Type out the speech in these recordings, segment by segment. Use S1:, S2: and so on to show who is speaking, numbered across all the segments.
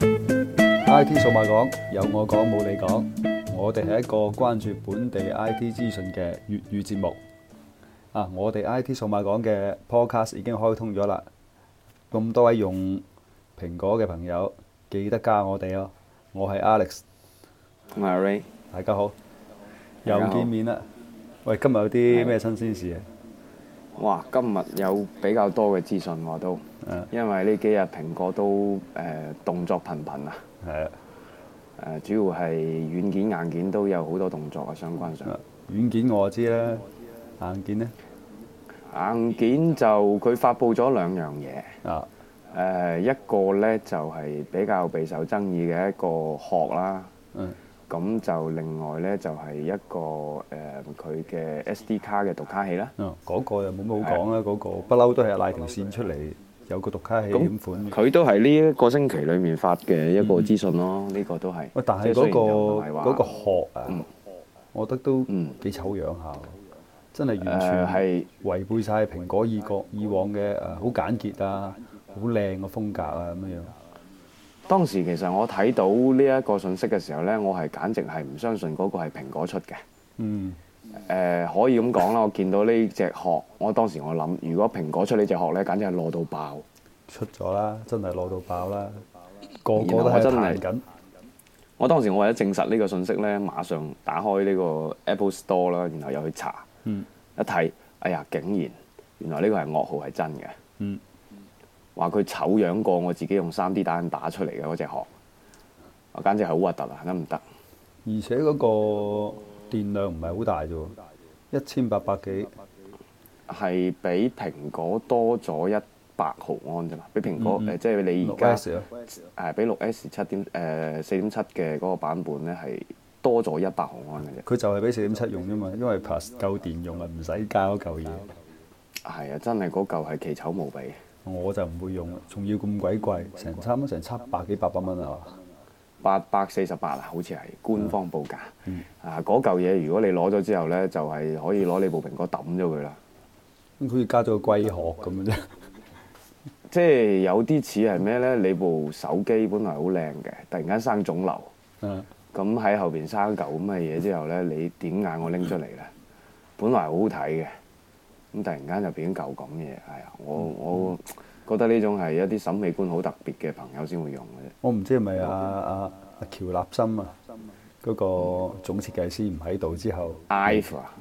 S1: IT 數碼港有我講冇你講，我哋係一個關注本地 IT 資訊嘅粵語節目。啊，我哋 IT 數碼港嘅 podcast 已經開通咗啦，咁多位用蘋果嘅朋友記得加我哋哦。我係 Alex，
S2: 同埋 Ray
S1: 大家好，
S2: 大
S1: 又
S2: 家好
S1: 見面啦。喂，今日有啲咩新鮮事啊？
S2: 哇，今日有比較多嘅資訊喎都，
S1: 嗯
S2: 因為呢幾日蘋果都誒、呃、動作頻頻啊，
S1: 係啊，
S2: 誒、主要係軟件硬件都有好多動作啊，相關上
S1: 啊軟件我知啦，硬件呢？
S2: 硬件就佢發布咗兩樣嘢，誒、
S1: 啊，
S2: 一個呢就係、比較備受爭議嘅一個殼啦，
S1: 嗯，
S2: 咁就另外呢就係、一個誒佢嘅 SD 卡嘅讀卡器啦。
S1: 啊嗰個又冇乜好
S2: 啊
S1: 講啦，啊嗰個不嬲都係拉條線出嚟，有個讀卡器咁款。
S2: 佢都係呢一個星期裏面發嘅一個資訊咯，呢、個都係。
S1: 喂，但係
S2: 即雖
S1: 嗰個
S2: 然就唔係話
S1: 嗰個殼啊，我覺得都
S2: 嗯
S1: 幾醜樣下喎，真係完
S2: 誒
S1: 全
S2: 係
S1: 違背晒蘋果以國以往嘅誒好簡潔啊、好靚嘅風格啊咁樣樣。
S2: 當時其實我睇到呢一個信息嘅時候呢，我係簡直係唔相信嗰個係蘋果出嘅。
S1: 嗯，
S2: 誒、可以咁講啦，我見到呢只殼，我當時我諗，如果蘋果出呢只殼呢，簡直係攞到爆。
S1: 出咗啦，真係攞到爆啦，個
S2: 然後
S1: 個都
S2: 我
S1: 係
S2: 真
S1: 彈
S2: 係
S1: 緊。
S2: 我當時我為咗證實呢個信息呢，馬上打開呢個 Apple Store 啦，然後又去查，
S1: 嗯
S2: 一睇，哎呀，竟然原來呢個係噩耗係真嘅。
S1: 嗯，
S2: 話佢醜樣過我自己用三 D 打印打出嚟嘅嗰隻殼，我簡直係好核突啊！得唔得？
S1: 而且嗰個電量唔係好大啫喎，一千八百幾。
S2: 係比蘋果多咗一百毫安啫嘛，比蘋果誒、呃
S1: 嗯嗯
S2: 即係你
S1: 六
S2: 而家
S1: S 啊
S2: 誒比六 S 七點誒四點七嘅嗰個版本咧係多咗一百毫安嘅啫。
S1: 佢就係俾四點七用啫嘛，因為 Plus 夠電用啊，唔使加嗰嚿嘢。
S2: 係啊，真係嗰嚿係奇醜無比。
S1: 我就唔會用啦，仲要咁鬼貴，成差唔多成七百幾八百蚊啊！
S2: 八百四十八啊，好似係官方報價。
S1: 嗯
S2: 啊，嗰嚿嘢如果你攞咗之後咧，就係、可以攞你部蘋果抌咗佢啦。
S1: 咁好似加咗個龜殼咁嘅啫。
S2: 即係有啲似係咩咧？你部手機本來好靚嘅，突然間生腫瘤。
S1: 嗯，
S2: 咁喺後邊生嚿咁嘅嘢之後呢，你點嗌我拎出嚟呢？本來好好睇嘅，咁突然間就變嚿咁嘅嘢，係啊！我
S1: 嗯
S2: 我覺得呢種係一啲審美觀好特別嘅朋友先會用嘅啫。
S1: 我唔知係咪阿阿阿喬立森啊，嗰個總設計師唔喺度之後，
S2: IVE 啊，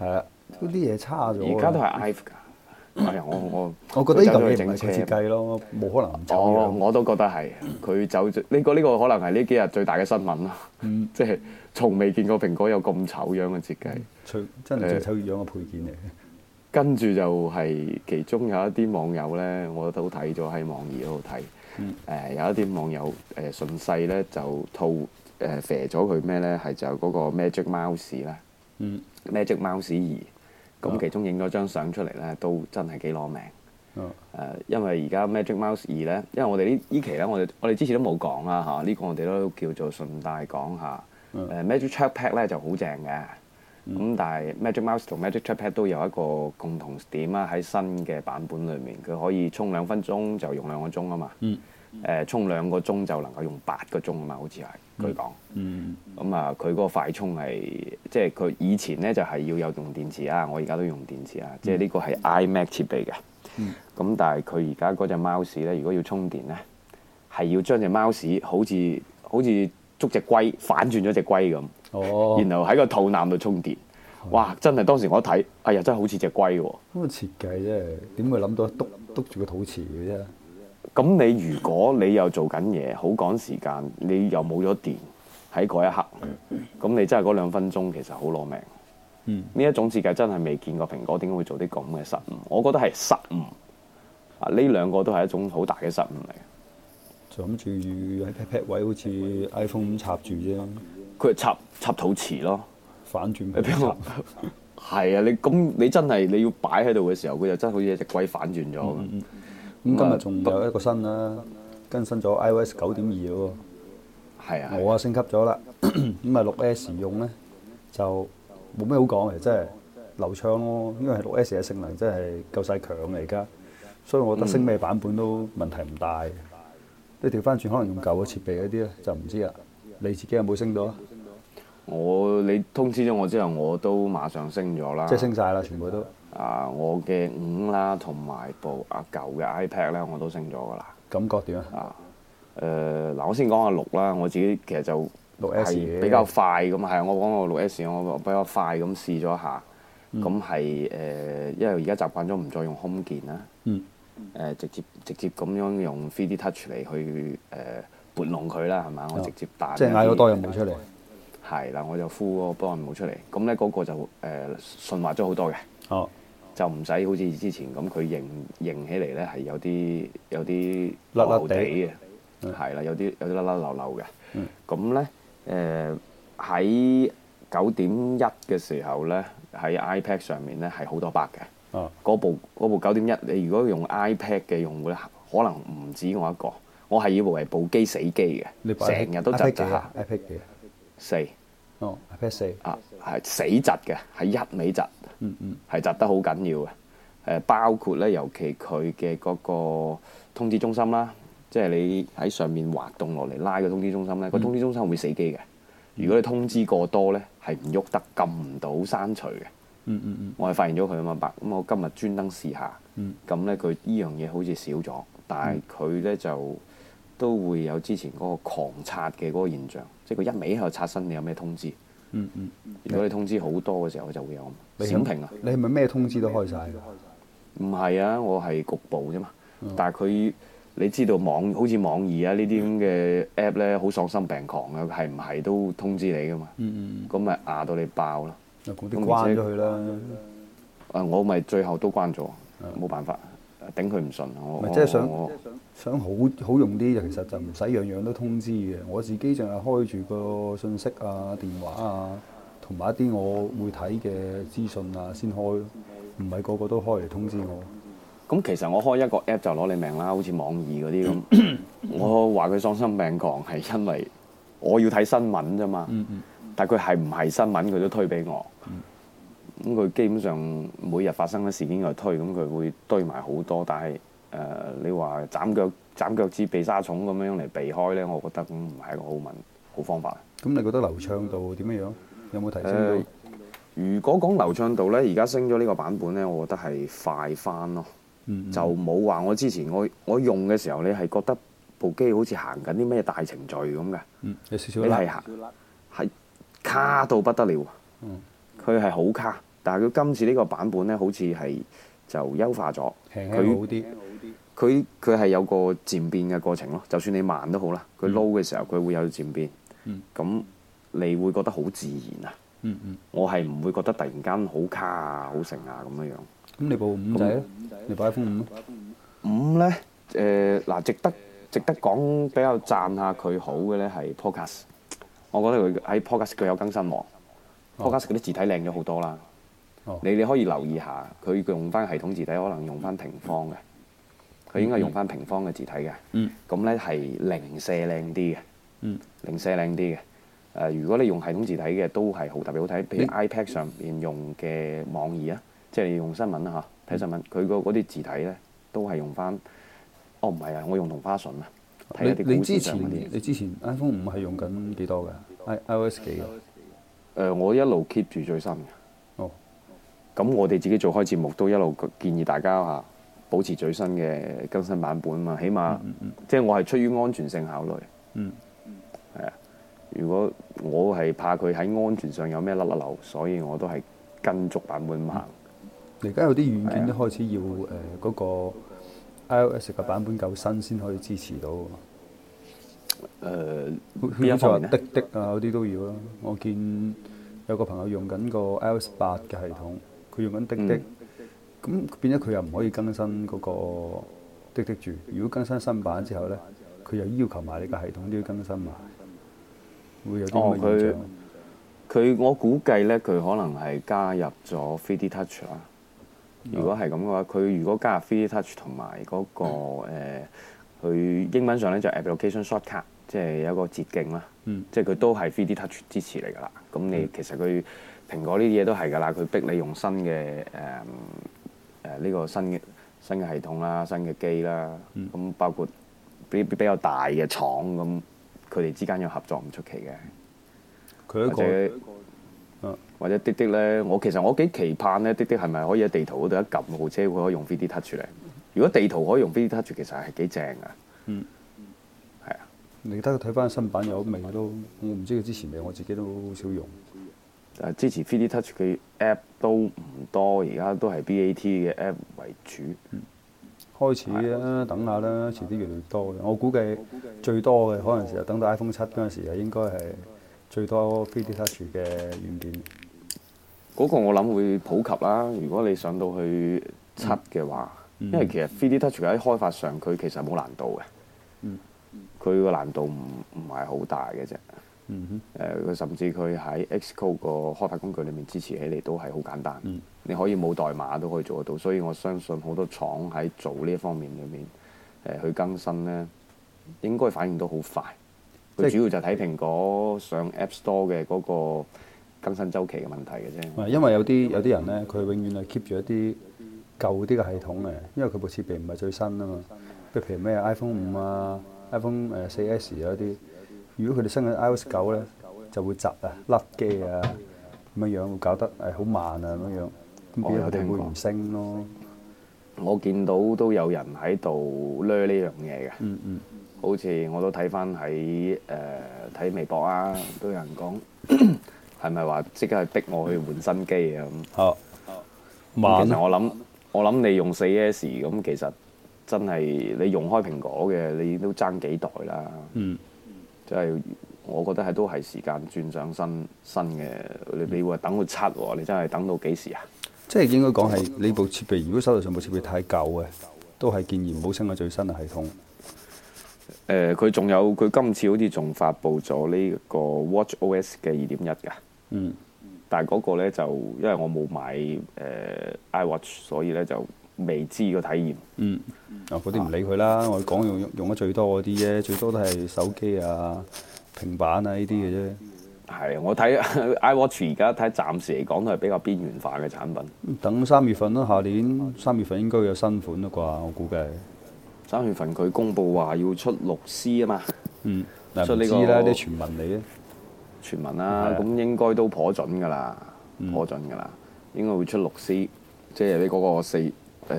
S1: 係啊，嗰啲嘢差嗯咗啊。
S2: 而家都係 IVE 㗎。哎呀，我我
S1: 我覺得呢
S2: 佢走咗
S1: 嚿
S2: 去
S1: 嘢唔係佢設
S2: 車。
S1: 計咯，冇可能唔走
S2: 哦，
S1: 樣。
S2: 我都覺得係佢走咗呢個呢個可能係呢幾日最大嘅新聞啦。
S1: 嗯
S2: 即係從未見過蘋果有咁醜樣嘅設計。
S1: 最真係最醜樣嘅配件嚟。
S2: 跟住就係其中有一啲網友呢，我都睇咗喺網易嗰度睇，誒、
S1: 嗯
S2: 有一啲網友誒順勢呢就套誒肥咗佢咩呢？係就嗰個 Magic Mouse 啦
S1: 嗯，
S2: ，Magic Mouse 二，
S1: 啊
S2: 咁其中影咗張相出嚟呢，都真係幾攞命。
S1: 嗯
S2: 誒、呃因為而家 Magic Mouse 二咧，因為我哋呢呢期咧，我哋我哋之前都冇講啦嚇，呢、個我哋都叫做順帶講下。誒、
S1: 嗯
S2: Magic Trackpad 咧就好正嘅，咁、但係 Magic Mouse 同 Magic Trackpad 都有一個共同點啊，喺新嘅版本裏面，佢可以充兩分鐘就用兩個鐘啊嘛。
S1: 嗯
S2: 誒，充兩個鐘就能夠用八個鐘啊嘛，好似係據講。
S1: 嗯
S2: 咁啊，佢嗰個快充係即係佢以前咧就係要有用電池啊，我而家都用電池啊，即係呢個係 iMac 設備嘅。咁、但係佢而家嗰只 mouse 咧，如果要充電咧，係要將只 mouse 好似好似捉只龜反轉咗只龜咁，
S1: 哦，
S2: 然後喺個肚腩度充電。哇！真係當時我一睇，哎呀，真係好似只龜喎。
S1: 咁個設計真係點會諗到篤篤住個肚臍嘅啫？
S2: 咁你如果你又做緊嘢，好趕時間，你又冇咗電喺嗰一刻，咁你真係嗰兩分鐘其實好攞命。
S1: 嗯
S2: 呢一種設計真係未見過蘋果點解會做啲咁嘅失誤，我覺得係失誤啊！呢兩個都係一種好大嘅失誤嚟
S1: 就諗住喺 pat pat 位好似 iPhone 咁插住啫，
S2: 嘅。佢係插插肚臍咯，
S1: 反轉
S2: 你俾
S1: 俾
S2: 我
S1: 插。
S2: 係啊！你咁你真係你要擺喺度嘅時候，佢就真係好似一隻龜反轉咗咁。
S1: 咁今日仲有一個新啦，更新咗 iOS 九點二喎。
S2: 係啊，
S1: 我啊升級咗啦， 咁啊六 S 用咧就冇咩好講嘅，真係流暢咯。因為六 S 嘅性能真係夠晒強嚟而家，所以我覺得升咩版本都問題唔大。你調翻轉可能用舊嘅設備嗰啲咧就唔知啦。你自己有冇升到啊？
S2: 我你通知咗我之後，我都馬上升咗啦。
S1: 即係升晒啦，全部都
S2: 啊！我嘅五啦，同埋部啊舊嘅 iPad 咧，我都升咗噶啦。
S1: 感覺點啊？
S2: 啊，誒、嗱，我先講下六啦，我自己其實就
S1: 六 S
S2: 係
S1: 嘅
S2: 比較快咁，係啊我講我六 S，我比較快咁試咗一下，
S1: 嗯
S2: 咁係誒，因為而家習慣咗唔再用 Home 鍵啦，
S1: 嗯
S2: 誒、直接直接咁樣用 3D Touch 嚟去誒、呃撥弄佢啦，係嘛？啊我
S1: 哦
S2: 直接彈一啲，
S1: 即係嗌咗多任務出嚟，
S2: 係啦，我就呼嗰個波任務出嚟，咁咧嗰個就誒、呃順滑咗好多嘅。
S1: 哦，
S2: 就唔使好似之前咁，佢認認起嚟咧係有啲有啲
S1: 甩
S2: 流流
S1: 甩
S2: 地
S1: 地嗯
S2: 嘅，係啦，有啲有啲甩甩流流嘅。咁咧誒喺九點一嘅時候咧，喺 iPad 上面咧係好多 bug 嘅。
S1: 哦，
S2: 嗰部嗰部九點一，你如果用 iPad 嘅用戶咧，可能唔止我一個。我係以為部機死機
S1: 你
S2: 嘅，成日都窒
S1: iPad 幾
S2: 窒下
S1: 啊？iPad 幾啊？
S2: 四
S1: 哦，iPad 四，
S2: 啊，係死窒嘅，係一味窒。
S1: 嗯嗯，
S2: 係窒得好緊要嘅。誒，包括咧，尤其佢嘅嗰個通知中心啦，即係你喺上面滑動落嚟拉個通知中
S1: 嗯
S2: 心咧，個通知中心會死機嘅。如果你通知過多咧，係唔喐得，撳唔到刪除嘅。
S1: 嗯嗯嗯，
S2: 我係發現咗佢啊嘛，白咁我今日專登試下
S1: 嗯，
S2: 咁咧佢依樣嘢好似少咗，但係佢咧就都會有之前嗰個狂刷嘅嗰個現象，即係佢一味喺度刷新你有咩通知。
S1: 嗯嗯，
S2: 如果你通知好多嘅時候，就會有
S1: 你
S2: 閃屏啊。嗯
S1: 你係咪咩通知都開晒㗎？
S2: 唔係啊，我係局部啫嘛。
S1: 嗯
S2: 但係佢你知道網好似網易啊呢啲咁嘅 app 咧，好喪心病狂嘅，係唔係都通知你噶嘛？
S1: 嗯嗯。
S2: 咁咪壓到你爆咯。
S1: 嗱，嗰啲關咗佢啦，
S2: 哦啊，我咪最後都關咗，冇辦法，頂佢唔順。我
S1: 嗯咪
S2: 我
S1: 即係想
S2: 我
S1: 想好好用啲，其實就唔使樣樣都通知嘅。我自己淨係開住個信息啊、電話啊，同埋一啲我會睇嘅資訊啊先開咯，唔係個個都開嚟通知我。
S2: 咁其實我開一個 app 就攞你命啦，好似網易嗰啲咁。我話佢喪心病狂係因為我要睇新聞啫嘛。
S1: 嗯嗯，
S2: 但佢係唔係新聞佢都推俾我。咁佢基本上每日發生嘅事件佢推，咁佢會堆埋好多。但係誒、呃你話斬腳斬腳趾避沙蟲咁樣嚟避開咧，我覺得咁唔係一個好問好方法。
S1: 咁你覺得流暢度點樣樣？有冇提升到？
S2: 誒
S1: 嗯
S2: 如果講流暢度咧，而家升咗呢個版本咧，我覺得係快翻咯，
S1: 嗯嗯
S2: 就冇話我之前我我用嘅時候，你係覺得部機好似行緊啲咩大程序咁嘅。
S1: 嗯，有少少
S2: 你係
S1: 啦。
S2: 行係卡到不得了，佢係好卡，但係佢今次呢個版本呢，好似係就優化咗，
S1: 輕輕
S2: 佢
S1: 啊好啲。
S2: 佢佢係有個漸變嘅過程咯。就算你慢都好啦，佢撈嘅時候佢會有漸變，
S1: 嗯
S2: 咁你會覺得好自然啊！
S1: 嗯嗯，
S2: 我係唔會覺得突然間好卡啊、好成啊咁樣樣。
S1: 咁你部五仔咧？你部 iPhone 五咧？
S2: 五呢，誒、嗱，值得值得講比較讚下佢好嘅呢係 Podcast，我覺得佢喺 Podcast 佢有更新喎，Podcast 嗰啲字體靚咗好多啦。
S1: 哦
S2: 你你可以留意下，佢用翻系統字體，可能用翻平方嘅，佢應該用翻平方嘅字體嘅。
S1: 嗯
S2: 咁呢係零舍靚啲嘅，
S1: 嗯，
S2: 零舍靚啲嘅。誒、如果你用系統字體嘅，都係好特別好睇。譬如
S1: 你
S2: iPad 上面用嘅網易啊，即係你用新聞啦嚇，睇新
S1: 嗯
S2: 聞，佢個嗰啲字體咧都係用翻。哦，唔係啊，我用同花順啊，睇一
S1: 你
S2: 啲
S1: 你
S2: 股市
S1: 之
S2: 上
S1: 前
S2: 嗰啲嘢。
S1: 你之前 iPhone 五係用緊幾多㗎？i iOS 幾㗎？啊
S2: 誒、呃我一路 keep 住最新嘅。
S1: 哦，
S2: 咁我哋自己做開節目都一路建議大家嚇保持最新嘅更新版本嘛，起碼、即係我係出於安全性考慮。啊
S1: 嗯。
S2: 如果我係怕佢喺安全上有咩甩甩漏，所以我都係跟足版本咁行。
S1: 而家有啲軟件都
S2: 啊
S1: 開始要誒嗰、個 iOS 嘅版本夠新先可以支持到喎。
S2: 誒、
S1: 好好
S2: 邊一
S1: 似
S2: 方
S1: 話
S2: 面
S1: 滴
S2: 咧？
S1: 滴啊嗰啲都要啦。我見有個朋友用緊個 iOS 八嘅系統，佢用緊滴滴，咁、
S2: 嗯
S1: 變咗佢又唔可以更新嗰個滴滴住。如果更新新版之後咧，佢又要求埋你個系統都要更新埋，會有啲咁
S2: 哦
S1: 嘅現
S2: 佢
S1: 象。
S2: 佢我估計咧，佢可能係加入咗 3D Touch 啦，如果係咁嘅話，佢如果加入 3D Touch 同埋嗰個誒，呃佢、英文上咧就 application shortcut，即係有一個捷徑啦。
S1: 嗯
S2: 即係佢都係 3D Touch 支持嚟㗎啦。咁你其實佢蘋果呢啲嘢都係㗎啦，佢逼你用新嘅誒誒呢個新嘅新嘅系統啦、新嘅機啦，咁、
S1: 嗯
S2: 包括比比較大嘅廠咁，佢哋之間有合作唔出奇嘅。
S1: 佢一
S2: 或者
S1: 個啊
S2: 或者滴滴咧，我其實我幾期盼咧，滴滴係咪可以喺地圖嗰度一撳部車，佢可以用 3D Touch 咧？如果地圖可以用 3D Touch，其實係幾正噶。
S1: 嗯，
S2: 係啊，
S1: 你得睇翻新版有未都，我唔知佢之前未，我自己都好少用。
S2: 誒啊支持 3D Touch 嘅 app 都唔多，而家都係 BAT 嘅 app 為主。
S1: 開始啦，等下啦，遲啲越嚟越多嘅。我估計最多嘅可能就等到 iPhone 七嗰陣時，啊應該係最多 3D Touch 嘅軟件。
S2: 嗰個我諗會普及啦。如果你上到去七嘅話，因為其實 3D Touch 喺開發上佢其實冇難度嘅。
S1: 嗯
S2: 佢個難度唔唔係好大嘅啫。
S1: 嗯哼，
S2: 誒、佢呃甚至佢喺 Xcode 個開發工具裏面支持起嚟都係好簡單，
S1: 嗯
S2: 你可以冇代碼都可以做得到，所以我相信好多廠喺做呢一方面裏面誒、呃去更新呢，應該反應都好快。
S1: 即
S2: 佢
S1: 係
S2: 主要就睇蘋果上 App Store 嘅嗰個更新周期嘅問題嘅啫。
S1: 唔係因為有啲有啲人咧，佢永遠係 keep 住一啲舊啲嘅系統嘅，因為佢部設備唔係最新啊嘛。譬如咩 iPhone 五啊、iPhone 誒四 S 啊嗰啲，如果佢哋新嘅 iOS 九咧，就會窒啊、甩機啊咁樣樣，會搞得誒好慢啊咁樣樣，咁
S2: 我
S1: 變
S2: 有
S1: 咗佢哋
S2: 聽
S1: 會
S2: 過
S1: 唔升咯。
S2: 我見到都有人喺度掠呢樣嘢嘅，
S1: 嗯嗯。
S2: 好似我都睇翻喺誒睇微博啊，都有人講 係咪話即刻係逼我去換新機啊咁。
S1: 好，
S2: 咁
S1: 慢
S2: 其實
S1: 啊，
S2: 我諗，我諗你用四 S 咁，其實真係你用開蘋果嘅，你都爭幾代啦。
S1: 嗯，
S2: 即係我覺得係都係時間轉上新新嘅。你
S1: 嗯
S2: 你話等到七喎，你真係等到幾時啊？
S1: 即係應該講係你部設備，如果手頭上部設備太舊嘅，啊都係建議唔好升去最新嘅系統。
S2: 誒、佢仲有佢今次好似仲發布咗呢個 Watch OS 嘅二點一㗎。
S1: 嗯
S2: 但係嗰個咧就因為我冇買誒、iWatch，所以咧就未知個體驗。
S1: 嗯，啊嗰啲唔理佢啦，我講用用用得最多嗰啲啫，最多都係手機啊、平板啊呢啲嘅啫。
S2: 係我睇 iWatch 而家睇暫時嚟講都係比較邊緣化嘅產品。
S1: 等三月份啦，下年三月份應該有新款啦啩，我估計。
S2: 三月份佢公佈話要出六 C 啊嘛，
S1: 嗯，嗱
S2: 所
S1: 唔
S2: 以呢
S1: 知
S2: 個
S1: 啦，啲傳聞嚟嘅。
S2: 傳聞
S1: 係
S2: 啦
S1: 啊，
S2: 咁應該都頗準噶啦，
S1: 嗯
S2: 頗準噶啦，應該會出六 C，即係你嗰個四誒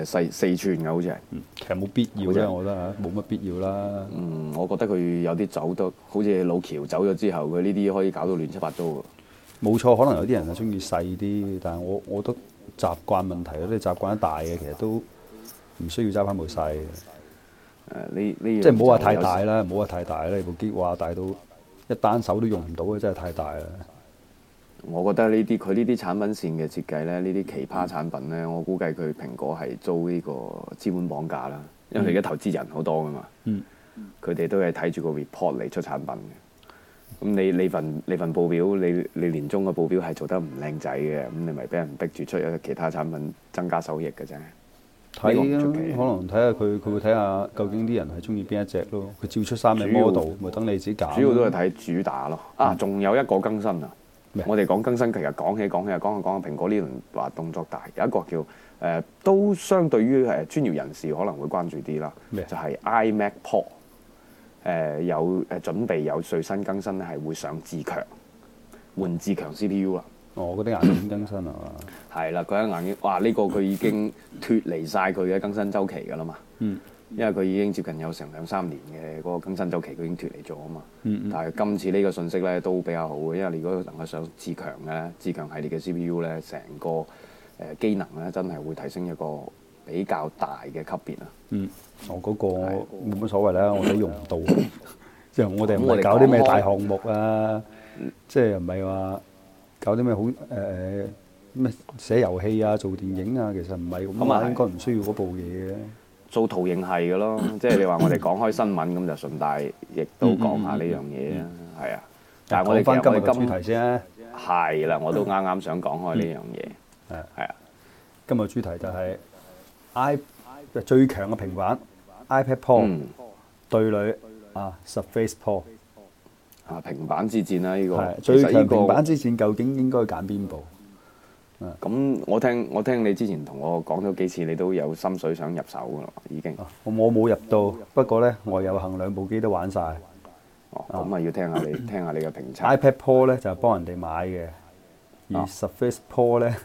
S2: 四四寸嘅好似係，
S1: 嗯其實冇必要
S2: 好
S1: 啦，
S2: 啫
S1: 我覺得嚇，冇乜必要啦。
S2: 嗯，我覺得佢有啲走得，好似老喬走咗之後，佢呢啲可以搞到亂七八糟喎。
S1: 冇錯，可能有啲人係中意細啲，但係我我覺得習慣問題，有啲習慣得大嘅，其實都唔需要揸翻部細嘅，
S2: 誒呢呢樣
S1: 即係唔好話太
S2: 就有
S1: 大
S2: 時。
S1: 啦，唔好話太大啦，你部機話大到一單手都用唔到嘅，真係太大啦。
S2: 我覺得呢啲佢呢啲產品線嘅設計咧，呢啲奇葩產品咧，我估計佢蘋果係遭呢個資本綁架啦，因為而家投資人好多噶嘛。
S1: 嗯，
S2: 佢哋都係睇住個 report 嚟出產品嘅。咁你你份你份報表，你你年終嘅報表係做得唔靚仔嘅，咁你咪俾人逼住出一其他產品增加收益嘅啫。
S1: 睇
S2: 呢
S1: 啊，
S2: 個唔出
S1: 可
S2: 奇
S1: 能睇下佢佢會睇下究竟啲人係中意邊一隻咯，佢照出三隻
S2: 主要
S1: model，咪等你自己揀咯。
S2: 主要都係睇主打咯。啊，仲有一個更新啊
S1: 嗯咩！
S2: 我哋講更新，其實講起講起啊，講下講下，蘋果呢輪話動作大，有一個叫誒、呃都相對於誒呃專業人士可能會關注啲啦，
S1: 咩
S2: 就係 iMac Pro 誒、有誒準備有最新更新咧，係會上至強換至強 CPU 啦。
S1: 哦，嗰啲硬件更新係嘛？
S2: 係啦，佢一硬件，哇！呢、個佢已經脱離晒佢嘅更新周期㗎啦嘛。
S1: 嗯。
S2: 因為佢已經接近有成兩三年嘅嗰個更新周期，佢已經脱離咗啊嘛。
S1: 嗯嗯
S2: 但係今次呢個信息咧都比較好嘅，因為如果能夠上至強嘅至強系列嘅 CPU 咧，成個誒、呃、機能咧真係會提升一個比較大嘅級別啊。
S1: 嗯，我嗰個冇乜所謂 啦，我哋用唔到，即係我哋唔係
S2: 咁
S1: 搞
S2: 我哋
S1: 啲咩
S2: 講開
S1: 大項目啊，即係唔係話搞啲咩好誒咩寫遊戲啊、做電影啊，其實唔係咁
S2: 咁啊
S1: 啊，
S2: 係
S1: 應該唔需要嗰部嘢嘅。
S2: 做圖形係嘅 咯，即係你話我哋講開新聞咁就順帶亦都
S1: 嗯
S2: 講下呢樣嘢啊，係啊。但係我哋
S1: 講翻
S2: 其
S1: 今日
S2: 實我哋
S1: 嘅主題先啊，
S2: 係啦，我都啱啱想講開呢樣嘢
S1: 嗯，
S2: 係啊。
S1: 今日主題就係 i 最強嘅平板 iPad Pro、
S2: 嗯
S1: 對壘啊 Surface Pro
S2: 啊平板之戰啦，呢
S1: 係
S2: 個
S1: 最
S2: 哦其實呢
S1: 強
S2: 個
S1: 平板之戰，究竟應該揀邊部？
S2: 咁我聽我聽你之前同我講咗幾次，你都有心水想入手噶啦，已經。
S1: 啊我我冇入到，不過呢，我有幸兩部機都玩晒。
S2: 哦，咁啊要聽下 你聽下你嘅評測。
S1: iPad Pro 呢就係幫人哋買嘅，而
S2: 啊
S1: Surface Pro 呢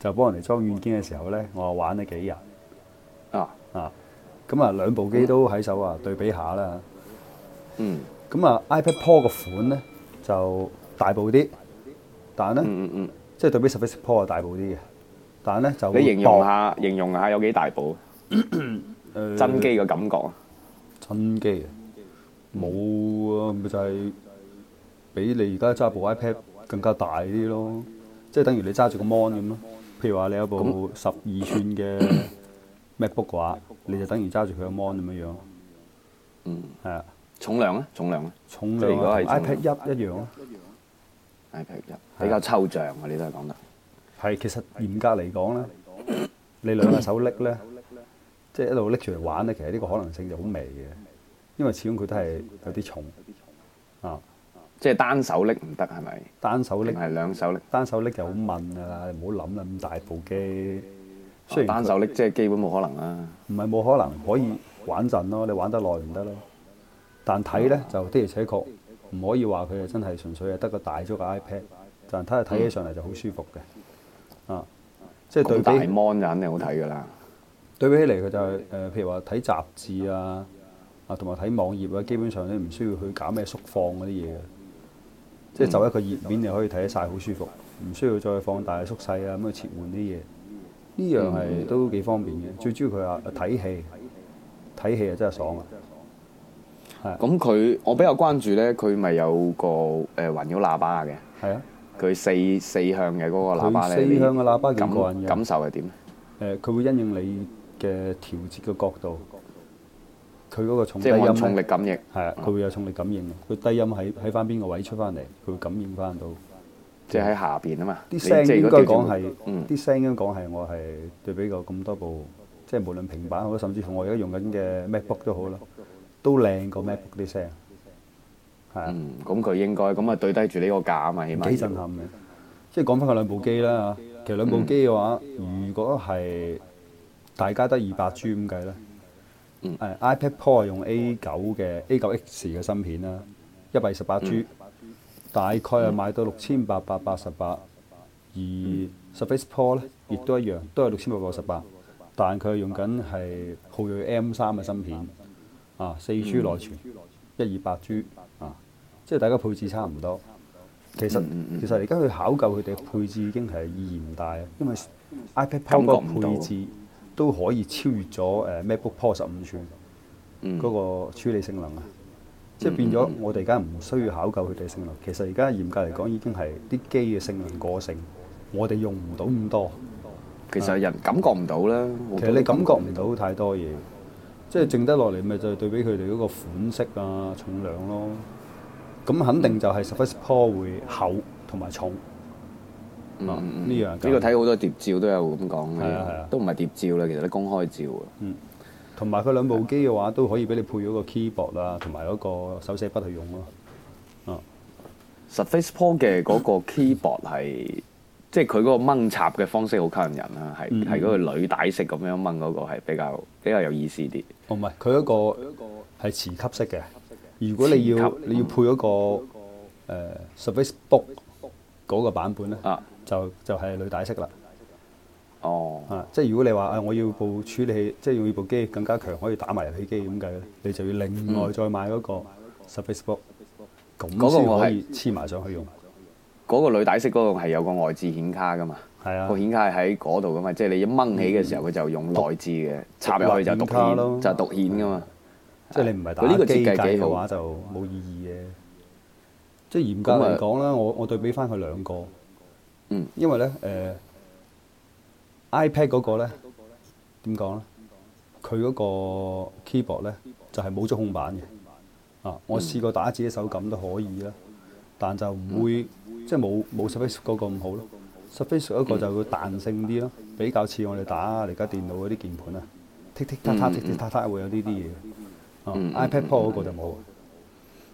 S1: 就幫人哋裝軟件嘅時候呢，我玩咗幾日
S2: 啊，
S1: 啊。咁啊，兩部機都喺手啊，對比下啦。
S2: 嗯
S1: 咁啊，iPad Pro 個款呢就大部啲，但呢，
S2: 嗯嗯
S1: 即係對比 Surface Pro 係大部啲嘅，但呢就
S2: 嗯，你
S1: 會
S2: 形容
S1: 薄呃
S2: 下形容下有幾大部？
S1: 誒
S2: 真機嘅感覺啊！
S1: 真機啊，冇啊，咪就係比你而家揸部 iPad 更加大啲咯，即係等於你揸住個 mon 咁咯。譬如話你有部十二寸嘅 MacBook 嘅話，你就等於揸住佢個 mon 咁樣樣。
S2: 嗯，
S1: 係啊，
S2: 重量咧，重量咧
S1: 重
S2: 即係
S1: 量
S2: 如果
S1: 啊
S2: 係
S1: 同 iPad 一一樣啊。
S2: iPad 哎一比較抽象啊，你都係講得。
S1: 係，其實嚴格嚟講咧，你兩隻手拎咧，即係一路拎住嚟玩咧，其實呢個可能性就好微嘅，因為始終佢都係有啲重啊，
S2: 即係單手拎唔得係咪？
S1: 單手
S2: 定
S1: 拎。
S2: 係兩手拎？
S1: 單手拎就好問㗎啦，唔好諗啦，咁大部機，雖然
S2: 啊單手拎即係基本冇可能啊啦。
S1: 唔係冇可能可以玩陣咯，你玩得耐唔得咯。但
S2: 嗯
S1: 睇呢，就的而且確唔可以話佢係真係純粹係得個大咗個 iPad，但睇下睇起上嚟就好舒服嘅。啊，即係對
S2: 咁大
S1: 比
S2: mon 就肯定好睇㗎啦。
S1: 對比起嚟，佢就係、呃譬如話睇雜誌啊，啊同埋睇網頁啊，基本上你唔需要去搞咩縮放嗰啲嘢嘅，
S2: 嗯
S1: 即係就一個頁面你可以睇得晒，好舒服，唔需要再放大縮細啊，咁去切換啲嘢，呢樣
S2: 嗯
S1: 係都幾方便嘅。最主要佢話呃睇戲，睇戲啊真係爽啊！
S2: 咁佢我比較關注咧，佢咪有個誒環繞喇叭嘅，
S1: 係啊，
S2: 佢四四向嘅嗰個喇叭
S1: 佢
S2: 咧，
S1: 四向嘅喇叭
S2: 你
S1: 幾過癮
S2: 感
S1: 嘅
S2: 感，受係點咧？
S1: 誒佢會因應你嘅調節嘅角度，佢嗰個重低
S2: 即係按
S1: 音
S2: 重
S1: 呢
S2: 力感應。
S1: 係啊，佢會有重力感應嘅，佢低音喺喺翻邊個位出翻嚟，佢會感應翻到。
S2: 即係喺下邊啊嘛。
S1: 啲
S2: 你
S1: 聲
S2: 即係
S1: 應
S2: 如
S1: 該
S2: 果
S1: 講
S2: 調節
S1: 係，
S2: 嗯
S1: 啲聲應該講係我係對比過咁多部，即係無論平板好，甚至乎我而家用緊嘅 MacBook 都好啦，都靚過 MacBook 啲聲，係啊，
S2: 嗯，咁佢應該咁啊，對低住呢個價啊嘛，起碼
S1: 幾震撼嘅。即係講翻佢兩部機啦其實兩部機嘅話，
S2: 嗯
S1: 如果係大家得二百 G 咁計啦，
S2: 嗯
S1: 誒 iPad Pro 係用 A 九嘅 A 九 X 嘅芯片啦，一百二十八 G，大
S2: 嗯
S1: 概係賣到六千八百八十八。而 Surface Pro 咧，亦都一樣，都係六千八百十八，但佢係用緊係酷睿 M 三嘅芯片，啊，四 G
S2: 嗯
S1: 內存，一二八 G，啊，即係大家配置差唔多。其
S2: 嗯
S1: 實其實而家去考究佢哋嘅配置已經係意義唔大，啊因為 iPad Pro
S2: 感覺
S1: 嗰
S2: 唔
S1: 個
S2: 到
S1: 配置都可以超越咗誒 MacBook Pro 十五寸
S2: 嗯
S1: 嗰個處理性能啊。即係變咗，我哋而家唔需要考究佢哋嘅性能。其實而家嚴格嚟講，已經係啲機嘅性能過剩，我哋用唔到咁多。
S2: 其實人感覺唔到啦。好多
S1: 其實你
S2: 都
S1: 感覺唔到太多嘢，即係剩得落嚟咪就係對比佢哋嗰個款式啊、重量咯。咁肯定就係 Surface Pro 會厚同埋重。
S2: 嗯
S1: 啊
S2: 嗯嗯
S1: 呢樣
S2: 呢
S1: 係咁
S2: 個睇好多碟照都有咁
S1: 係
S2: 講
S1: 啊係
S2: 嘅
S1: 啊，
S2: 都唔係碟照啦，其實啲公開照啊。
S1: 同埋佢兩部機嘅話，都可以俾你配咗個 keyboard 啦，同埋嗰個手寫筆去用咯。
S2: Surface Pro 嘅嗰 個 keyboard 係，即係佢嗰個掹插嘅方式好吸引人啊啦，係
S1: 嗯
S2: 係嗰個履帶式咁樣掹嗰個係比較比較有意思啲。
S1: 哦，唔係，佢嗰個係磁吸式嘅。如果你要
S2: 磁吸
S1: 你要配嗰、個、呃 Surface Book 嗰個版本咧，
S2: 啊，
S1: 就就係履帶式啦。
S2: 哦，
S1: 啊，即係如果你話啊，我要部處理器，即係要部機更加強，可以打埋遊戲機咁計咧，你就要另外再買嗰個 Surface Book，
S2: 個
S1: 咁
S2: 我
S1: 先可
S2: 係
S1: 以黐埋上去用。
S2: 嗰個履帶式嗰個係有個外置顯卡噶嘛，
S1: 係啊
S2: 個，顯卡係喺嗰度噶嘛，即係你一掹起嘅時候，佢就用內置嘅插入去就
S1: 獨立顯卡
S2: 獨
S1: 咯
S2: 顯，就獨顯噶嘛。
S1: 即係你唔係打
S2: 佢呢個設
S1: 機
S2: 計
S1: 計
S2: 幾好
S1: 嘅話，就冇意義嘅。即係嚴格
S2: 咁啊
S1: 嚟講啦，我我對比翻佢兩個，
S2: 嗯，
S1: 因為咧誒、iPad 嗰個咧點講咧，佢嗰個 keyboard 咧就係冇咗控板嘅。啊，
S2: 嗯
S1: 我試過打
S2: 嗯
S1: 自己手感都可以啦，但就唔會、即係冇冇 Surface 嗰個咁好咯。 Surface 嗰個就會彈性啲咯，比較似我哋打而家電腦嗰啲鍵盤啊，剔剔嗒嗒剔剔嗒嗒會有呢啲嘢。哦
S2: 嗯嗯嗯
S1: ，iPad Pro 嗰個就冇。啊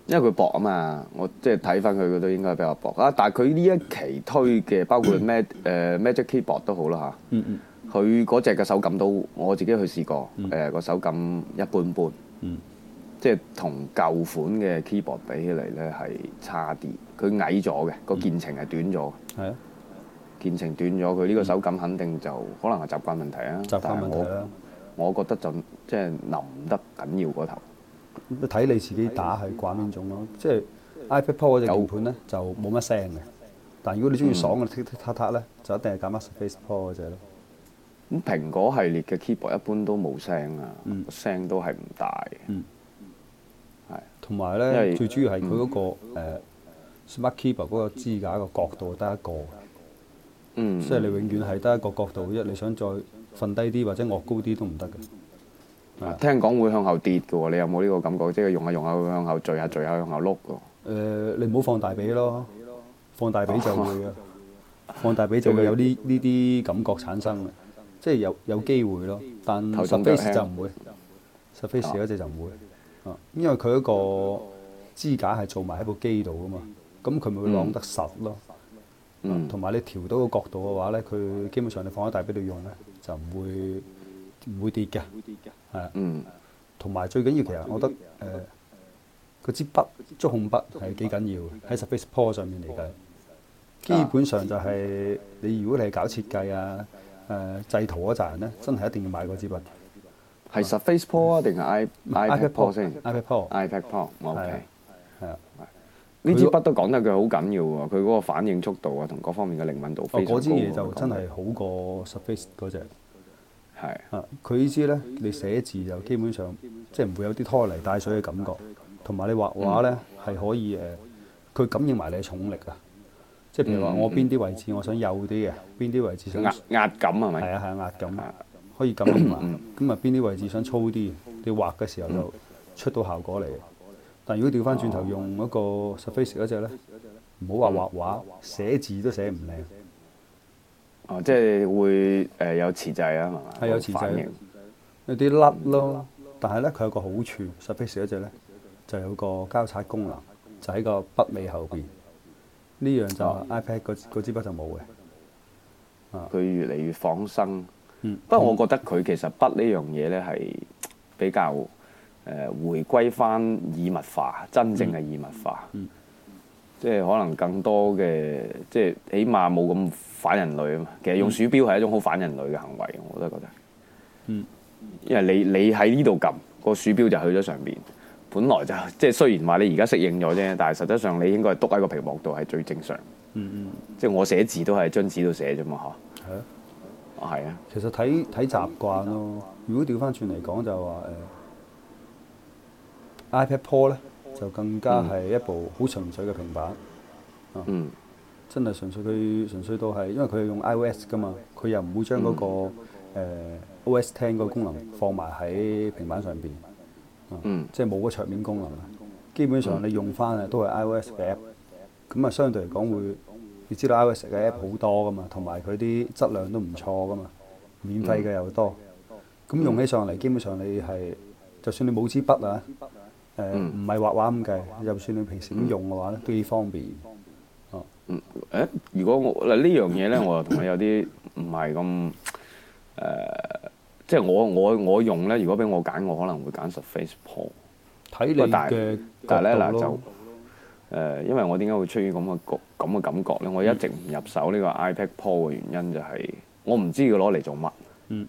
S2: 因為佢薄啊嘛，我即係睇翻佢嗰度應該係比較薄啊。但係佢呢一期推嘅，包 括 Mag 誒、Magic Keyboard 都好啦
S1: 嗯嗯
S2: 嚇，佢嗰只嘅手感都我自己去試過，誒、個手感一般般，
S1: 嗯
S2: 即係同舊款嘅 keyboard 比起嚟咧係差啲。佢矮咗嘅，個
S1: 嗯
S2: 鍵程係短咗嘅，
S1: 係啊，
S2: 鍵程短咗，佢呢個手感肯定就可能係習慣問題啊。
S1: 嗯習慣問
S2: 但係我
S1: 題啦。
S2: 我覺得就即係腍得緊要嗰頭。
S1: 睇你自己打係慣邊種咯，即係 iPad Pro 嗰只
S2: 有嗯
S1: 鍵盤咧就冇乜聲嘅，但如果你中意爽嘅剔剔嗒嗒咧，就一定係揀翻 Surface Pro 嗰只咯。
S2: 咁蘋果系列嘅 keyboard 一般都冇聲啊，
S1: 嗯
S2: 個聲都係唔大嘅。
S1: 同埋
S2: 因
S1: 咧，
S2: 為嗯
S1: 最主要係佢嗰個誒 Smart Keyboard 嗰個支架個角度得一個，
S2: 嗯，
S1: 即係你永遠係得一個角度，一你想再瞓低啲或者惡高啲都唔得嘅。
S2: 啊聽講會向後跌嘅喎，你有冇呢個感覺？即係用下用下會向後墜下墜下向後碌嘅喎。
S1: 誒、你唔好放大髀咯，放大髀就會
S2: 哦
S1: 嘅，放大髀就會有呢呢啲感覺產生嘅，即係有有機會咯。但
S2: 頭重腳
S1: surface
S2: 輕哦
S1: 就唔會，surface 嗰只就唔會，啊，因為佢嗰個支架係做埋喺部機度噶嘛，咁佢咪會啷得實咯。
S2: 嗯
S1: 啊同埋你調到個角度嘅話咧，佢基本上你放喺大髀度用咧，就唔會唔會跌嘅，係啊。
S2: 嗯，
S1: 同埋最緊要其實我覺得誒嗰支筆觸控筆係幾緊要嘅，喺 Surface Pro 上面嚟計，基本上就係你如果你係搞設計啊、誒、製圖嗰陣人咧，真係一定要買嗰支筆。
S2: 係 Surface Pro 啊定係 i iPad Pro 先
S1: iPad Pro 啊
S2: ？iPad Pro，OK。
S1: 係啊，
S2: 呢支筆都講得佢好緊要喎，佢嗰個反應速度啊，同各方面嘅靈敏度
S1: 哦
S2: 非常高
S1: 嗰
S2: 喎。
S1: 支嘢就
S2: 佢講
S1: 真
S2: 得
S1: 係好過 Surface 嗰只。
S2: 係
S1: 啊，佢呢支咧，你寫字就基本上即係唔會有啲拖泥帶水嘅感覺，同埋你畫
S2: 嗯
S1: 畫咧係可以誒，佢、感應埋你嘅重力啊，即係譬如話
S2: 嗯
S1: 我邊啲位置我想幼啲嘅，邊啲位置想
S2: 壓壓感係
S1: 係
S2: 咪？
S1: 啊係啊壓感，可以感應埋，
S2: 嗯
S1: 咁啊邊啲位置想粗啲，你畫嘅時候就出到效果嚟。但如果調翻轉
S2: 哦
S1: 頭用嗰個 Surface 嗰只咧，唔好話畫
S2: 嗯
S1: 畫，寫字都寫唔靚，
S2: 哦，即係會誒有遲滯啊，係嘛？
S1: 係有遲滯
S2: 反應
S1: 有啲甩咯。但係咧，佢有個好處，Surface 嗰只咧就有個交叉功能，就喺個筆尾後邊。呢樣就 iPad 嗰嗰支筆就冇嘅。
S2: 佢越嚟越仿生。
S1: 啊嗯
S2: 不過我覺得佢其實筆呢樣嘢咧係比較誒、呃回歸翻異物化，真正嘅異物化。
S1: 嗯
S2: 即係可能更多嘅，即係起碼冇咁反人類啊嘛。其實用鼠標係一種好反人類嘅行為，我都覺得。
S1: 嗯，
S2: 因為你你喺呢度撳個鼠標就去咗上邊，本來就 即係雖然話你而家適應咗啫，但係實質上你應該係篤喺個屏幕度係最正常。
S1: 嗯
S2: 即係我寫字都係張紙度寫啫嘛，嚇。
S1: 嗯，係啊。
S2: 啊，係啊，
S1: 其實睇睇習慣咯。如果調翻轉嚟講，就話誒、iPad Pro 咧，就更加係一部好純粹嘅平板，
S2: 嗯
S1: 真係純粹佢純粹到係，因為佢係用 iOS 噶嘛，佢又唔會將嗰、個、誒 OS 10嗰個功能放埋喺平板上邊。
S2: 嗯
S1: 即係冇個桌面功能啊。基本上你用翻啊都係 iOS 嘅 app，咁啊相對嚟講會，你知道 iOS 嘅 app 好多噶嘛，同埋佢啲質量都唔錯噶嘛，免費嘅又多，咁用起上嚟基本上你係，就算你冇支筆啊，誒唔
S2: 嗯
S1: 係畫畫咁計，就算你平時咁用嘅話咧，都幾方便。
S2: 嗯，誒，如果我嗱呢樣嘢咧，我又同你有啲唔係咁誒，即係我我我用咧，如果俾我揀，我可能會揀 Surface Pro。
S1: 睇你
S2: 喂但
S1: 嘅
S2: 但係咧
S1: 角
S2: 嗱
S1: 度
S2: 就
S1: 咯
S2: 誒、，因為我點解會出於咁嘅覺咁嘅感覺咧？我一直唔入手呢個 iPad Pro 嘅原因就係、我唔知佢攞嚟做乜。
S1: 嗯。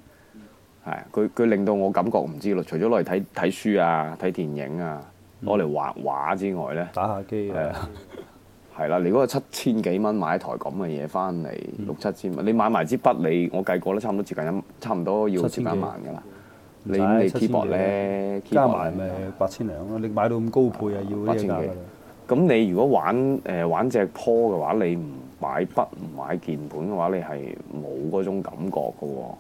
S2: 係啊佢佢令到我感覺唔知咯，除咗攞嚟睇睇書啊、睇電影啊、攞嚟畫畫之外咧，
S1: 打下機啊，
S2: 係啦，你嗰個七千幾蚊買一台咁嘅嘢翻嚟，
S1: 嗯
S2: 六七千蚊，你買埋支筆，你我計過咧，差唔多接近一，差唔多要
S1: 七
S2: 接
S1: 千
S2: 近一
S1: 幾
S2: 萬㗎啦。你
S1: 唔使
S2: 你
S1: 七千幾
S2: keyboard 咧，
S1: 加
S2: keyboard
S1: 埋
S2: 呢
S1: 咪八千零咯。你買到咁高配啊，要呢
S2: 八
S1: 一
S2: 千
S1: 價㗎
S2: 幾
S1: 啦。
S2: 咁你如果玩誒、呃玩隻 Pro 嘅話，你唔買筆唔買鍵盤嘅話，你係冇嗰種感覺嘅喎。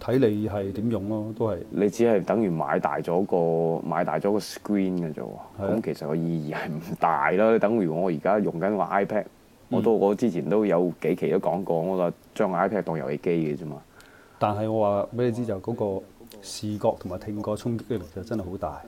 S1: 睇你係點用咯，都係。
S2: 你只係等於買大咗個買大咗個 screen 嘅啫喎。
S1: 係啊嗯
S2: 咁其實個意義係唔大啦。等於我而家用緊個 iPad，我都我之前都有幾期都講過，我話將 iPad 當遊戲機嘅啫嘛。
S1: 但係我話俾你知就嗰個視覺同埋聽覺衝擊力就真係好大，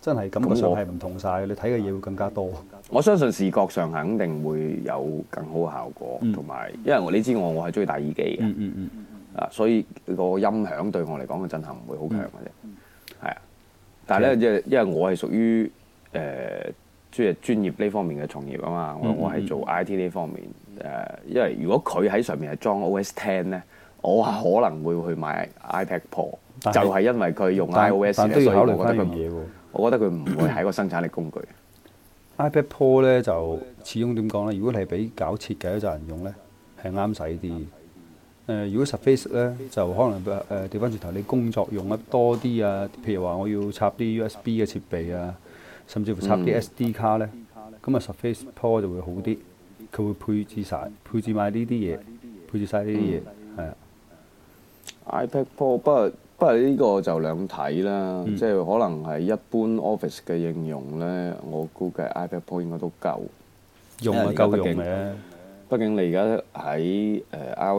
S1: 真係感覺上
S2: 咁我
S1: 係唔同晒嘅。你睇嘅嘢會更加多。
S2: 我相信視覺上肯定會有更好嘅效果，
S1: 嗯
S2: 同埋、因為我你知我我係中意戴耳機嘅，
S1: 嗯嗯嗯。
S2: 啊，所以個音響對我嚟講嘅震撼唔會好強
S1: 嗯
S2: 嘅啫，係啊。但係咧，因因為我係屬於誒即係專業呢方面嘅從業啊嘛，
S1: 嗯
S2: 我
S1: 嗯
S2: 我係做 I T 呢方面誒、因為如果佢喺上面係裝 O S Ten 咧，我係可能會去買 iPad Pro，就
S1: 但係
S2: 係因為佢用
S1: 但
S2: iOS
S1: 但
S2: 咧
S1: 都要
S2: 所以
S1: 考
S2: 我
S1: 慮
S2: 覺
S1: 翻一樣
S2: 得佢唔，
S1: 嘢喎。
S2: 我覺得佢唔會係一個生產力工具。
S1: iPad Pro 咧就始終點講咧？如果你係俾搞設計嗰陣人用咧，係啱使啲。誒、如果 Surface 咧就可能誒誒調翻轉頭，你工作用得多啲啊，譬如話我要插啲 USB 嘅設備啊，甚至乎插啲
S2: 嗯
S1: SD 卡咧，咁啊 Surface Pro 就會好啲，佢會配置晒，配置埋呢啲嘢，配置晒呢啲嘢，係啊，
S2: iPad Pro 不過不過呢個就兩睇啦，即係可能係一般 Office 嘅應用咧，我估計 iPad Pro 應該都夠。
S1: 用啊
S2: 因為而家
S1: 夠
S2: 畢
S1: 用
S2: 竟
S1: 嘅，
S2: 畢竟你而家喺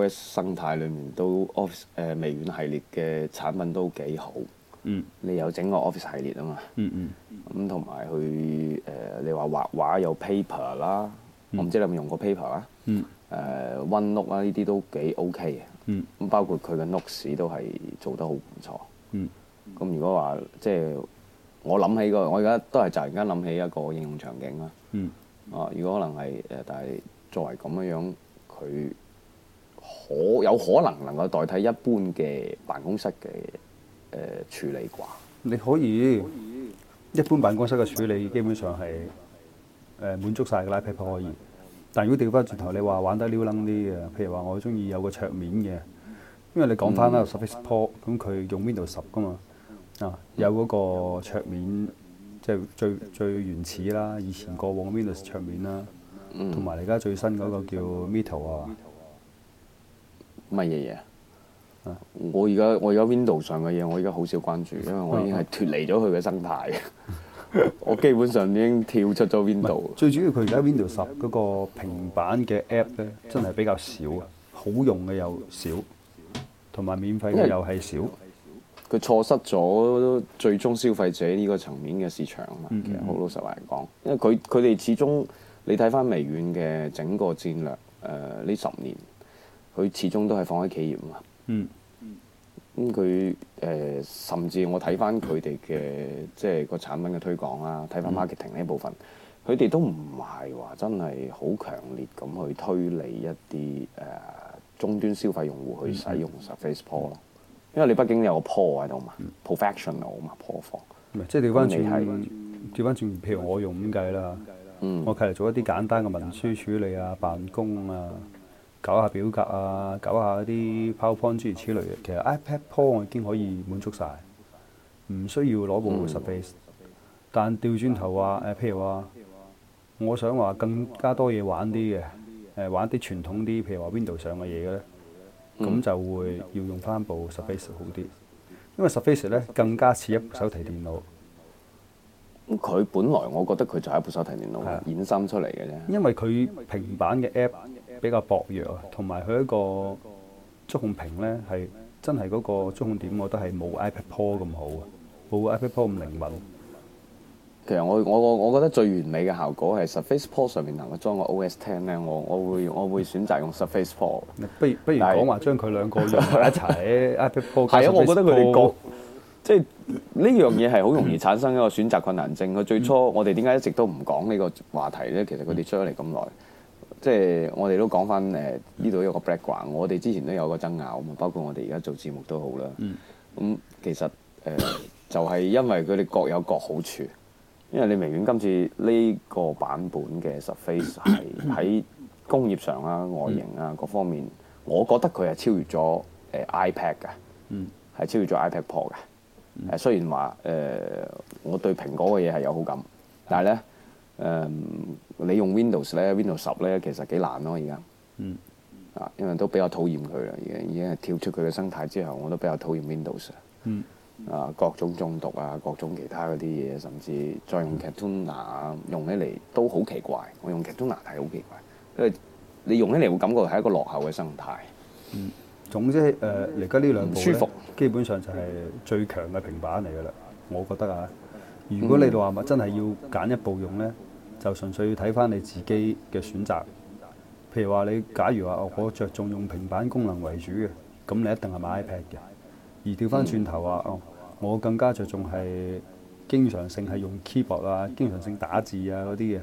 S2: 誒 iOS 生態裏面都 Office 誒、微軟系列嘅產品都幾好，
S1: 嗯
S2: 你有整個 Office 系列啊嘛，
S1: 嗯嗯，
S2: 咁同埋佢誒你話畫畫有 Paper 啦，我唔知你有冇用過 Paper 啦，
S1: 嗯
S2: 誒 OneNote 啦呢啲都幾 OK
S1: 嗯
S2: 嘅，咁包括佢嘅 Notes 都係做得好唔錯。
S1: 嗯
S2: 咁如果話即係我諗起個，我而家都係突然間諗起一個應用場景啦。
S1: 嗯，
S2: 啊，如果可能係誒，但係作為咁樣樣，佢可有可能能夠代替一般嘅辦公室嘅誒、處理啩？
S1: 你可以一般辦公室嘅處理基本上係誒、呃、滿足晒嘅啦，iPad Pro 可以。但如果調翻轉頭，你話玩得撩楞啲嘅，呃譬如話我中意有個桌面嘅，因為你講翻啦，Surface Pro 咁佢用 Windows 十噶嘛，啊有嗰個桌面即係最最原始啦，以前過往嘅 Windows 桌面啦，
S2: 嗯，
S1: 同埋而家最新嗰個叫 Mito 啊，
S2: 乜嘢嘢
S1: 啊？
S2: 我而家我而家 Windows 上嘅嘢，我而家好少關注，因為我已經係脱離咗佢嘅生態。我基本上已經跳出咗 Windows。
S1: 最主要佢而家 Windows 十嗰個平板嘅 app 咧，真係比較少啊，好用嘅又少，同埋免費嘅又係少。
S2: 佢錯失咗最終消費者呢個層面嘅市場啊嘛，其實好老實嚟講，因為佢佢哋始終你睇翻微軟嘅整個戰略，誒、呢十年，佢始終都係放喺企業啊嘛。
S1: 嗯
S2: 咁佢誒甚至我睇翻佢哋嘅即係個產品嘅推廣啊，
S1: 嗯
S2: 睇翻 marketing 呢部分，佢哋都唔係話真係好強烈咁去推理一啲誒、終端消費用戶
S1: 嗯
S2: 去使用 Surface Pro 咯，因為你畢竟有個 Pro 喺度嘛，professional
S1: 嗯
S2: 嘛 Pro 房，
S1: 唔啊係即係調翻轉
S2: 咁
S1: 調翻轉，譬如我用咁計啦，
S2: 嗯
S1: 我係嚟做一啲簡單嘅文書處理啊、辦公啊、搞下表格啊、搞下啲 PowerPoint 諸如此類嘅，其實 iPad Pro 我已經可以滿足晒，唔需要攞部
S2: 嗯
S1: Surface。但調轉頭話誒，譬如話，我想話更加多嘢玩啲嘅，誒玩啲傳統啲，譬如話 Windows 上嘅嘢嘅咧，咁、
S2: 嗯
S1: 就會要用翻部 Surface 好啲，因為 Surface 咧更加似一部手提電腦。
S2: 咁佢本來我覺得佢就係一部手提電腦
S1: 係啊
S2: 衍生出嚟嘅啫，
S1: 因為佢平板嘅 app 比較薄弱啊，同埋佢一個觸控屏呢，係真係嗰個觸控點，我覺得係冇 iPad Pro 咁好啊，冇 iPad Pro 咁靈敏。
S2: 其實我我我我覺得最完美嘅效果係 Surface Pro 上面能夠裝個 OS Ten 咧，我我會我會選擇用 Surface Pro。
S1: 不如不如
S2: 但係
S1: 講話將佢 兩個用埋一齊 iPad Pro 加
S2: 係啊，我覺得佢
S1: Surface
S2: 哋
S1: Pro
S2: 覺即係呢樣嘢係好容易產生一個選擇困難症。佢最初我哋點解一直都唔講呢個話題咧？其實佢哋出咗嚟咁耐，即係我哋都講翻誒呢度有個 background，我哋之前都有個爭拗啊嘛，包括我哋而家做節目都好啦。咁、其實誒、就係、因為佢哋各有各好處，因為你微軟今次呢個版本嘅 Surface 係喺工業上啊、外形啊各方面，我覺得佢係超越咗誒、iPad 嘅。係超越咗 iPad Pro 嘅。誒雖然話誒、呃我對蘋果嘅嘢係有好感，但係咧誒你用 Windows 咧，Windows 十咧其實幾難咯而家。
S1: 嗯。
S2: 啊，因為都比較討厭佢啦，已經已經係跳出佢嘅生態之後，我都比較討厭 Windows 啦。
S1: 嗯
S2: 啊，各種中毒啊，各種其他嗰啲嘢，甚至再用 Catalina 用起嚟都好奇怪。我用 Catalina 係好奇怪，因為你用起嚟會感覺係一個落後嘅生態。
S1: 總之誒，呃而家呢兩部呢
S2: 舒服，
S1: 基本上就係最強嘅平板嚟㗎啦。我覺得啊，如果你話咪真係要揀一部用呢，就純粹要睇翻你自己嘅選擇。譬如話你假如話哦我着重用平板功能為主嘅，咁你一定係買 iPad 嘅。而調翻轉頭
S2: 嗯
S1: 話哦，我更加着重係經常性係用 keyboard 啊，經常性打字啊嗰啲嘅，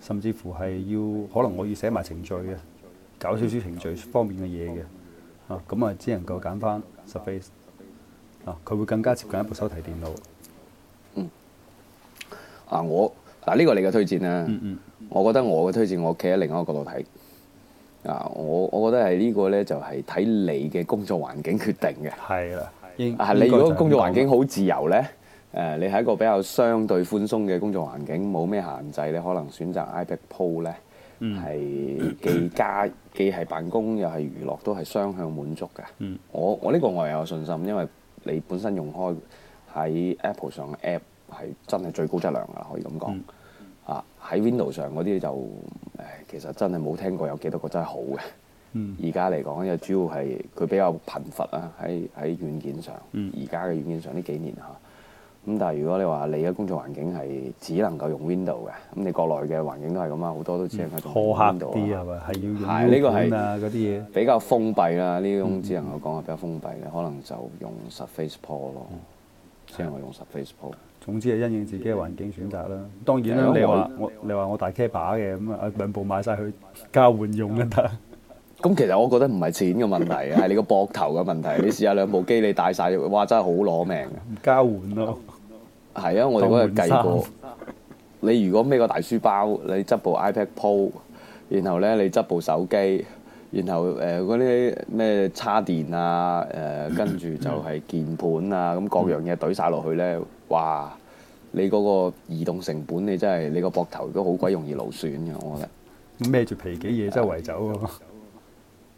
S1: 甚至乎係要可能我要寫埋程序嘅，搞少少程序方面嘅嘢嘅。啊，咁啊只能夠揀翻 Surface 啊，佢會更加接近一部手提電腦。
S2: 啊，我嗱呢個你嘅推薦啦，
S1: 嗯嗯
S2: 我覺得我嘅推薦，我企喺另一個角度睇。啊，我我覺得係呢個呢，就係睇你嘅工作環境決定嘅。
S1: 係啦，應
S2: 啊，你如果工作環境好自由呢，誒、呃你係一個比較相對寬鬆嘅工作環境，冇咩限制呢，可能選擇 iPad Pro 呢，
S1: 嗯
S2: 係、既家既係辦公又係娛樂，都係雙向滿足嘅。
S1: 嗯
S2: 我我呢個我係有信心，因為你本身用開喺 Apple 上嘅 App 係真係最高質量㗎啦，可以咁講。
S1: 嗯
S2: 啊，喺 Windows 上嗰啲就誒，其實真係冇聽過有幾多個真係好嘅。
S1: 嗯
S2: 而家嚟講，就主要係佢比較貧乏啊，喺喺軟件上，
S1: 嗯
S2: 而家嘅軟件上呢幾年嚇。咁但係如果你話你嘅工作環境係只能夠用 Window 嘅，咁你國內嘅環境都係咁啊，好多都只能夠用
S1: 嗯苛刻
S2: Window
S1: 啲啊係咪？係要
S2: 嗯係
S1: 用
S2: 呢
S1: U
S2: 個
S1: 盤
S2: 係
S1: 啊嗰啲嘢。
S2: 比較封閉啦，呢
S1: 嗯
S2: 種只能夠講係啊比較封閉嘅，可能就用 Surface Pro 咯，
S1: 嗯
S2: 只能夠用 Surface Pro。
S1: 總之係因應自己嘅環境選擇啦。當然啦，
S2: 係咯
S1: 你話我你話我大 K 把嘅咁啊，兩部買晒去交換用都 得。
S2: 咁其實我覺得唔係錢嘅問題，係你個膊頭嘅問題。你試下兩部機你帶晒，哇真係好攞命嘅。
S1: 交換咯，
S2: 係啊，我哋嗰日計過，你如果孭個大書包，你執部 iPad Pro，然後咧你執部手機，然後誒嗰啲咩叉電啊，誒、跟住就係鍵盤啊，咁各樣嘢懟晒落去咧，哇！你嗰個移動成本，你真係你個膊頭都好鬼容易勞損嘅，我覺得。
S1: 孭住皮幾嘢周圍走喎。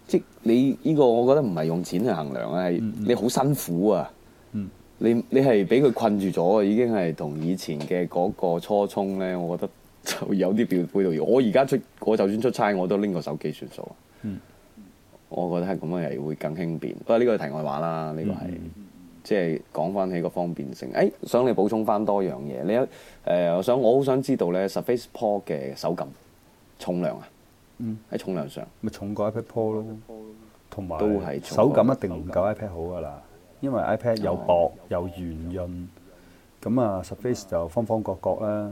S2: 即你呢個，我覺得唔係用錢去衡量啊，係你好辛苦啊！
S1: 嗯
S2: 你你係俾佢困住咗啊，已經係同以前嘅嗰個初衷咧，我覺得就有啲表背道而馳。我而家出我就算出差，我都拎個手機算數。啊
S1: 嗯，
S2: 我覺得係咁樣係會更輕便。不過呢個係題外話啦，呢、個係。
S1: 嗯
S2: 即係講翻起個方便性，誒、哎想你補充翻多樣嘢，你一誒、我想我好想知道咧，Surface Pro 嘅手感重量啊，
S1: 嗯
S2: 喺重量上，
S1: 咪重過 iPad Pro 咯，同埋
S2: 都係重過
S1: 手感一定唔夠 iPad 好噶啦，因為 iPad 又薄又圓潤，咁啊 Surface 就方方角角啦。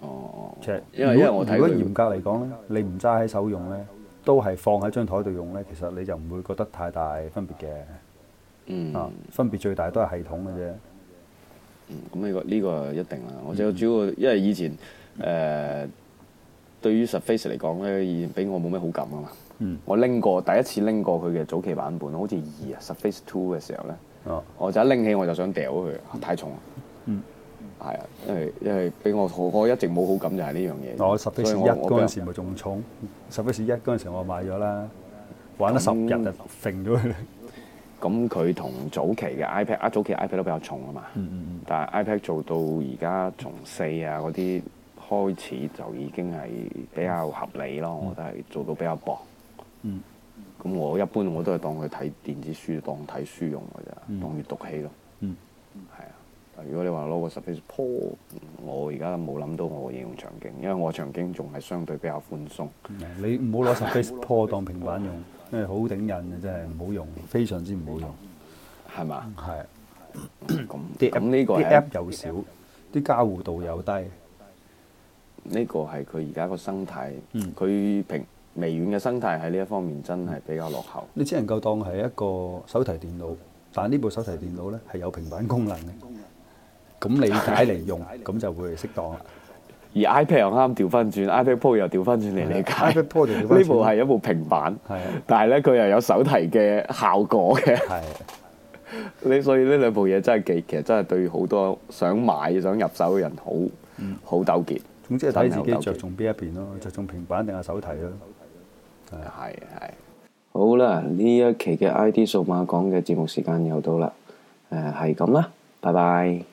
S2: 哦，
S1: 其實
S2: 因為因為我睇
S1: 如果
S2: 佢
S1: 嚴格嚟講咧，你唔揸喺手用咧，都係放喺張台度用咧，其實你就唔會覺得太大分別嘅。
S2: 嗯，
S1: 啊，分別最大都係系統嘅啫。
S2: 咁呢、個呢、個一定啦。
S1: 嗯
S2: 我就主要因為以前誒、呃對於 Surface 嚟講咧，以前俾我冇咩好感啊嘛。
S1: 嗯
S2: 我拎過第一次拎過佢嘅早期版本，好似二啊 Surface Two 嘅時候咧，
S1: 哦，
S2: 我就一拎起我就想掉咗佢，啊太重啦。
S1: 嗯，
S2: 係啊，因為因為俾我好，我一直冇好感就係呢樣嘢。
S1: 我哦 Surface
S2: 所以
S1: 一
S2: 我
S1: 嗰陣時咪仲重，Surface 一嗰陣時我買咗啦，玩咗十日就揈咗佢。
S2: 咁佢同早期嘅 iPad 啊，早期 iPad 都比較重啊嘛。
S1: 嗯嗯
S2: 但係 iPad 做到而家從四啊嗰啲開始就已經係比較合理咯，我覺得係做到比較薄。
S1: 嗯。
S2: 咁我一般我都係當佢睇電子書，當睇書用㗎咋，當閲讀器咯。
S1: 嗯
S2: 係啊，但如果你話攞個 Surface Pro，我而家冇諗到我嘅應用場景，因為我場景仲係相對比較寬鬆。
S1: 你唔好攞 Surface Pro 當平板用，因為好頂癮嘅真係唔好用，非常之唔好用。
S2: 係嘛？
S1: 係
S2: 咁
S1: 嗯啲
S2: 咁
S1: app
S2: 呢個
S1: 啲
S2: 係
S1: app 又少，啲交互度又低。
S2: 呢個係佢而家個生態
S1: 嗯，
S2: 佢平微軟嘅生態喺呢一方面真係比較落後。
S1: 你只能夠當係一個手提電腦，但呢部手提電腦呢係有平板功能嘅，咁你解嚟用，咁就會適 當啦。
S2: 而 iPad 又啱調翻轉，iPad Pro 又調翻轉嚟理解。
S1: 啊 iPad Pro 就調返轉
S2: 呢部係一部平板，
S1: 係啊
S2: 但係咧佢又有手提嘅效果嘅。
S1: 係，
S2: 你所以呢兩部嘢真係幾，其實真係對好多想買想入手嘅人好
S1: 嗯
S2: 好糾結。
S1: 總之係睇自己着重邊一邊咯，着重平板定係手提咯。啊
S2: 係係。好啦，呢一期嘅 ID 數碼講嘅節目時間又到啦。誒係咁啦，拜拜。